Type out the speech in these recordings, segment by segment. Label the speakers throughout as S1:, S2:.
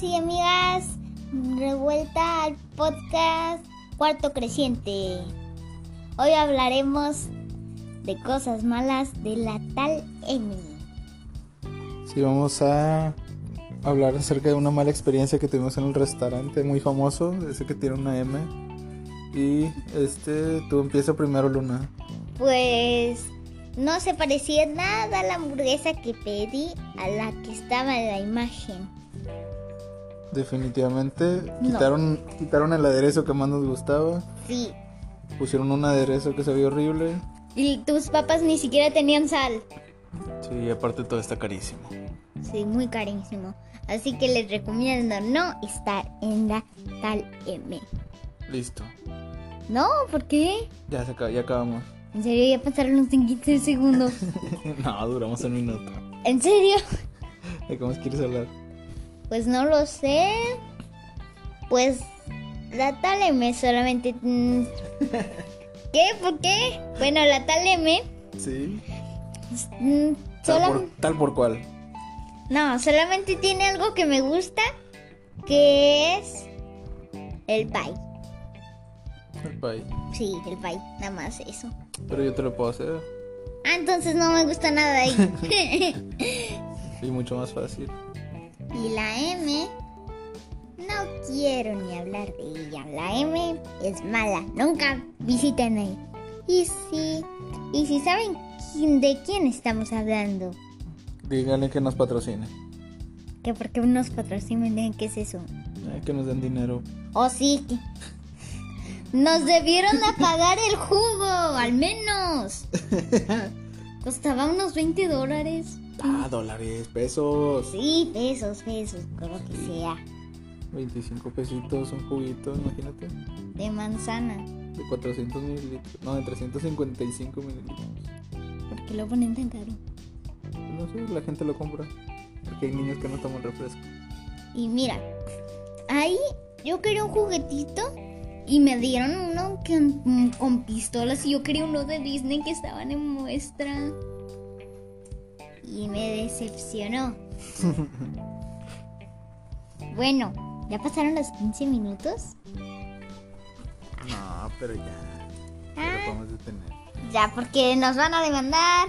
S1: y amigas, revuelta al podcast Cuarto Creciente. Hoy hablaremos de cosas malas de la tal Emi.
S2: Sí, vamos a hablar acerca de una mala experiencia que tuvimos en un restaurante muy famoso, ese que tiene una M. Y este, tú empieza primero, Luna.
S1: Pues no se parecía nada a la hamburguesa que pedí a la que estaba en la imagen.
S2: Definitivamente quitaron, quitaron el aderezo que más nos gustaba,
S1: Sí.
S2: pusieron un aderezo que se vio horrible.
S1: Y tus papas ni siquiera tenían sal.
S2: Sí, y aparte todo está carísimo.
S1: Sí, muy carísimo. Así que les recomiendo no estar en la tal M.
S2: Listo,
S1: No, ¿por qué?
S2: ya, se acaba- ya acabamos.
S1: En serio, ya pasaron unos 15 segundos.
S2: no, duramos un minuto.
S1: ¿En serio?
S2: ¿De cómo quieres hablar?
S1: Pues no lo sé. Pues la tal M solamente... mm. ¿Qué? ¿Por qué? Bueno, la tal M...
S2: Sí.
S1: mm,
S2: Tal
S1: solam-
S2: por, tal por cual.
S1: No, solamente tiene algo que me gusta, que es el pie.
S2: El país.
S1: Sí, el pie, nada más eso.
S2: Pero yo te lo puedo hacer.
S1: Ah, entonces no me gusta nada ahí.
S2: Y mucho más fácil.
S1: y la M, no quiero ni hablar de ella. La M es mala, nunca visiten ahí. Y si, y si saben quién- de quién estamos hablando,
S2: Díganle que nos patrocine.
S1: que porque nos patrocinan, ¿qué es eso?
S2: Eh, que nos den dinero.
S1: O sí que... Nos debieron apagar el jugo, al menos. Costaba unos 20 dólares.
S2: Ah, dólares, pesos.
S1: Sí, pesos, pesos, con lo que sea.
S2: 25 pesitos, un juguito, imagínate.
S1: De manzana.
S2: De 400 mililitros. No, de 355 mililitros.
S1: ¿Por qué lo ponen tan caro?
S2: No sé, la gente lo compra. Porque hay niños que no toman refresco.
S1: Y mira, ahí yo quería un juguetito y me dieron uno que- mm, con pistolas y yo quería uno de Disney que estaban en muestra. Y me decepcionó. bueno, ya pasaron los 15 minutos.
S2: No, pero ya.
S1: Ah.
S2: podemos detener.
S1: Ya, porque nos van a demandar.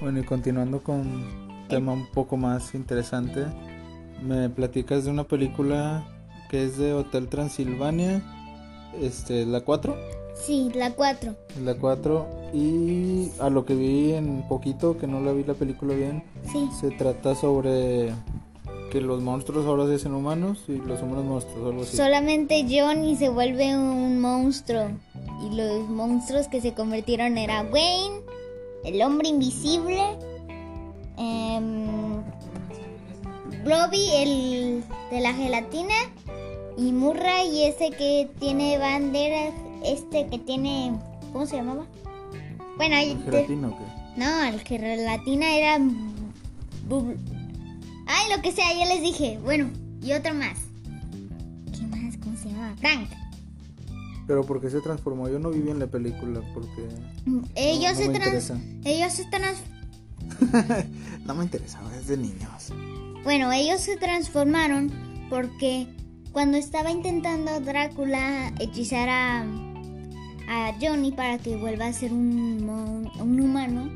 S2: Bueno, y continuando con un tema un poco más interesante, me platicas de una película que es de Hotel Transilvania, este, la 4,
S1: Sí, la 4.
S2: la 4, y a lo que vi en poquito, que no la vi la película bien,
S1: Sí.
S2: se trata sobre que los monstruos ahora se hacen humanos y los humanos monstruos, algo así.
S1: Solamente Johnny se vuelve un monstruo. Y los monstruos que se convirtieron era Wayne, el hombre invisible, em, Robbie, el de la gelatina, y Murray, ese que tiene bandera, este que tiene... ¿Cómo se llamaba? Bueno, ahí
S2: ¿El
S1: te-
S2: ¿Gelatina o qué?
S1: no, el que gelatina era... bub- Ay, lo que sea, ya les dije. Bueno, y otro más. ¿Qué más? ¿Cómo se llama? Frank.
S2: Pero porque se transformó, yo no vi bien la película, porque
S1: Ellos,
S2: no
S1: se
S2: me
S1: trans...
S2: interesa.
S1: ellos se trans...
S2: no me interesaba, es de niños.
S1: Bueno, ellos se transformaron porque cuando estaba intentando Drácula hechizar a, a Johnny para que vuelva a ser un, mon- un humano,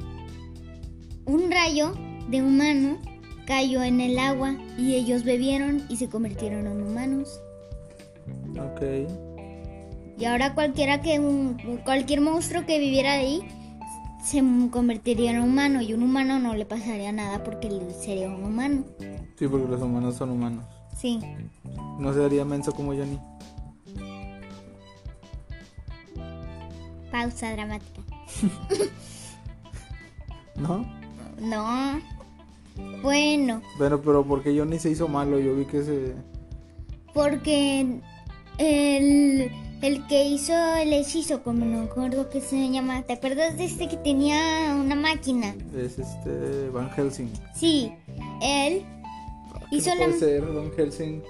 S1: un rayo de humano cayó en el agua y ellos bebieron y se convirtieron en humanos.
S2: Ok.
S1: Y ahora cualquiera que un- cualquier monstruo que viviera ahí se convertiría en humano y un humano no le pasaría nada porque él sería un humano.
S2: Sí, porque los humanos son humanos.
S1: Sí.
S2: No se haría menso como Johnny.
S1: Pausa dramática.
S2: ¿No?
S1: No. Bueno,
S2: Bueno, pero porque Johnny se hizo malo, yo vi que se...
S1: porque el, el que hizo el hechizo, como no me acuerdo que se llama, ¿te acuerdas de este que tenía una máquina?
S2: Es este Van Helsing.
S1: Sí, él
S2: ¿Qué
S1: hizo la...
S2: puede ser Van Helsing?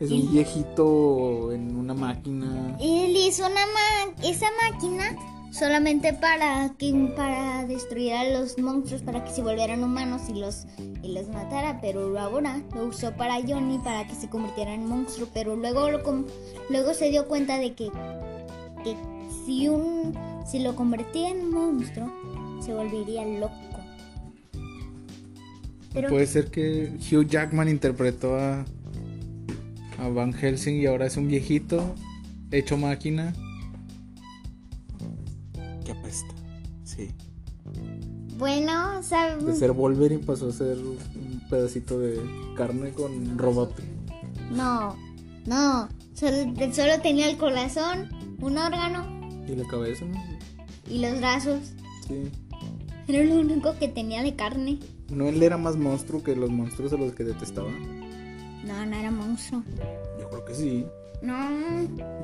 S2: Es un viejito en una máquina.
S1: Él hizo una ma- esa máquina solamente para que para destruir a los monstruos para que se volvieran humanos y los y los matara pero ahora lo usó para Johnny para que se convirtiera en monstruo pero luego lo com- luego se dio cuenta de que, que si un si lo convertía en monstruo se volvería loco pero
S2: Puede ser que Hugh Jackman interpretó a, a Van Helsing y ahora es un viejito hecho máquina. Que apesta. Sí.
S1: bueno
S2: De
S1: sabemos
S2: ser Wolverine pasó a ser un pedacito de carne con robote.
S1: no no solo, solo tenía el corazón un órgano
S2: ¿Y la cabeza? no?
S1: y los brazos
S2: Sí.
S1: Era lo único que tenía de carne.
S2: ¿No él era más monstruo que los monstruos a los que detestaba?
S1: No, no era monstruo.
S2: Yo creo que sí.
S1: No,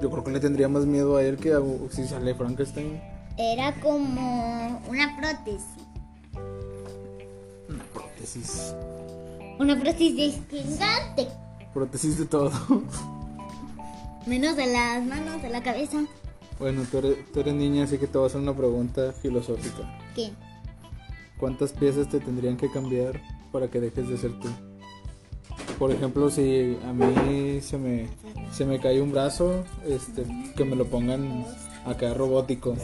S2: Yo creo que le tendría más miedo a él que a, si sale Frankenstein.
S1: era como una prótesis.
S2: Una prótesis.
S1: Una prótesis gigante.
S2: Prótesis de todo.
S1: Menos de las manos, de la cabeza.
S2: bueno, tú eres, tú eres niña, así que te voy a hacer una pregunta filosófica.
S1: ¿Qué?
S2: ¿Cuántas piezas te tendrían que cambiar para que dejes de ser tú? Por ejemplo, si a mí se me, se me cae un brazo, este, que me lo pongan acá robótico.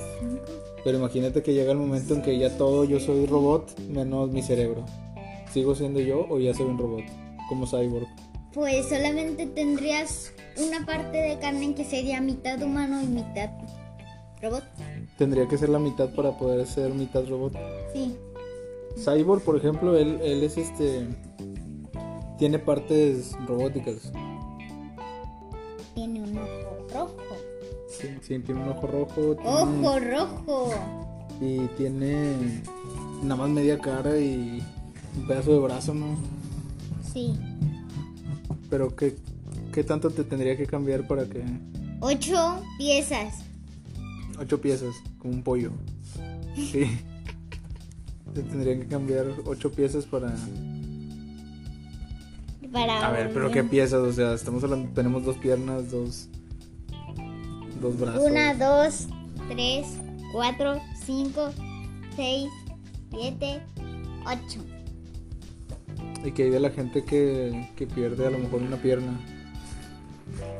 S2: Pero imagínate que llega el momento en que ya todo yo soy robot menos mi cerebro. ¿Sigo siendo yo o ya soy un robot? Como cyborg.
S1: Pues solamente tendrías una parte de carne que sería mitad humano y mitad robot.
S2: Tendría que ser la mitad para poder ser mitad robot.
S1: Sí.
S2: Cyborg, por ejemplo, él, él es este... Tiene partes robóticas.
S1: Tiene un ojo rojo.
S2: Sí, sí, tiene un ojo rojo. tiene-
S1: ¡Ojo
S2: Mm.
S1: rojo!
S2: Y tiene nada más media cara y un pedazo de brazo, ¿no?
S1: Sí.
S2: Pero ¿qué, qué tanto te tendría que cambiar para que...
S1: Ocho piezas.
S2: Ocho piezas, como un pollo. Sí. Te tendrían que cambiar ocho piezas para...
S1: Para
S2: A ver, pero ¿qué
S1: Ah.
S2: piezas? O sea, estamos hablando... Tenemos dos piernas, dos... Dos brazos.
S1: Una, dos, tres, cuatro, cinco, seis, siete, ocho.
S2: Y que hay de la gente que, que pierde a lo mejor una pierna.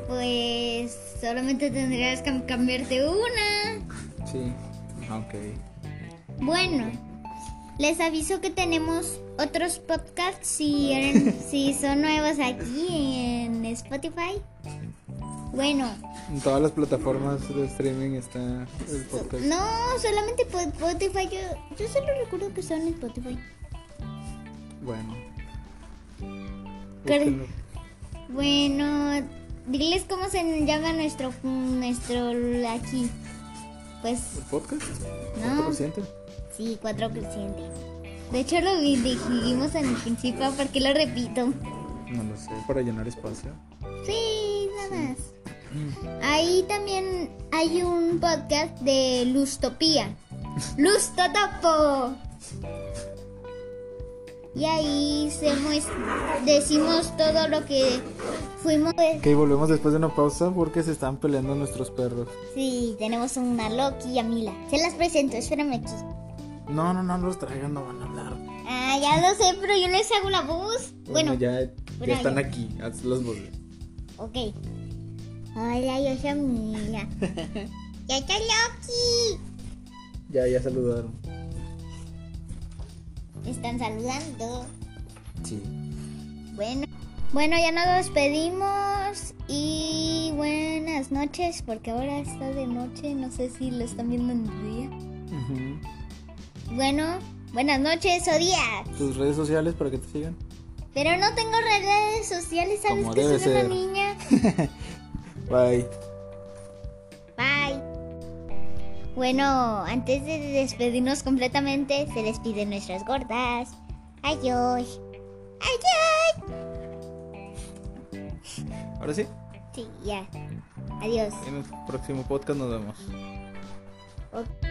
S1: Pues solamente tendrías que cambiarte una.
S2: Sí. Ok.
S1: Bueno, les aviso que tenemos otros podcasts si, eran- si son nuevos aquí en Spotify. Bueno,
S2: En todas las plataformas de streaming está el podcast.
S1: no, solamente por Spotify. Yo, yo solo recuerdo que son en Spotify.
S2: Bueno.
S1: Cre-
S2: Búsquenlo.
S1: Bueno, diles cómo se llama nuestro nuestro aquí. Pues
S2: ¿El podcast?
S1: No.
S2: ¿4%?
S1: sí, cuatro crecientes. De hecho lo vi- dijimos al principio porque lo repito.
S2: No lo sé, para llenar espacio.
S1: Sí, nada más. Ahí también hay un podcast de Lustopía. Lustotopo. Y ahí se muest- decimos todo lo que fuimos.
S2: Ok, volvemos después de una pausa porque se están peleando nuestros perros.
S1: Sí, tenemos una Loki y a Mila. Se las presento, espérame aquí.
S2: No, no, no los traigan, no van a hablar.
S1: Ah, ya lo sé, pero yo les hago la voz. Bueno,
S2: ya, ya
S1: bueno,
S2: están
S1: ya.
S2: aquí, haz los voces.
S1: ok. Hola, yo soy Mila. ya está Loki.
S2: Ya, ya saludaron.
S1: Me están saludando.
S2: Sí.
S1: Bueno. Bueno, ya nos despedimos y buenas noches, porque ahora está de noche, no sé si lo están viendo en el día. Bueno, buenas noches o día,
S2: Tus redes sociales para que te sigan.
S1: pero no tengo redes sociales, sabes
S2: Como
S1: que soy
S2: debe
S1: una
S2: ser.
S1: niña.
S2: Bye.
S1: Bye. Bueno, antes de despedirnos completamente, se despiden nuestras gordas. Adiós. Adiós.
S2: Ahora sí,
S1: Sí, ya. Adiós.
S2: en el próximo podcast nos vemos.
S1: Ok.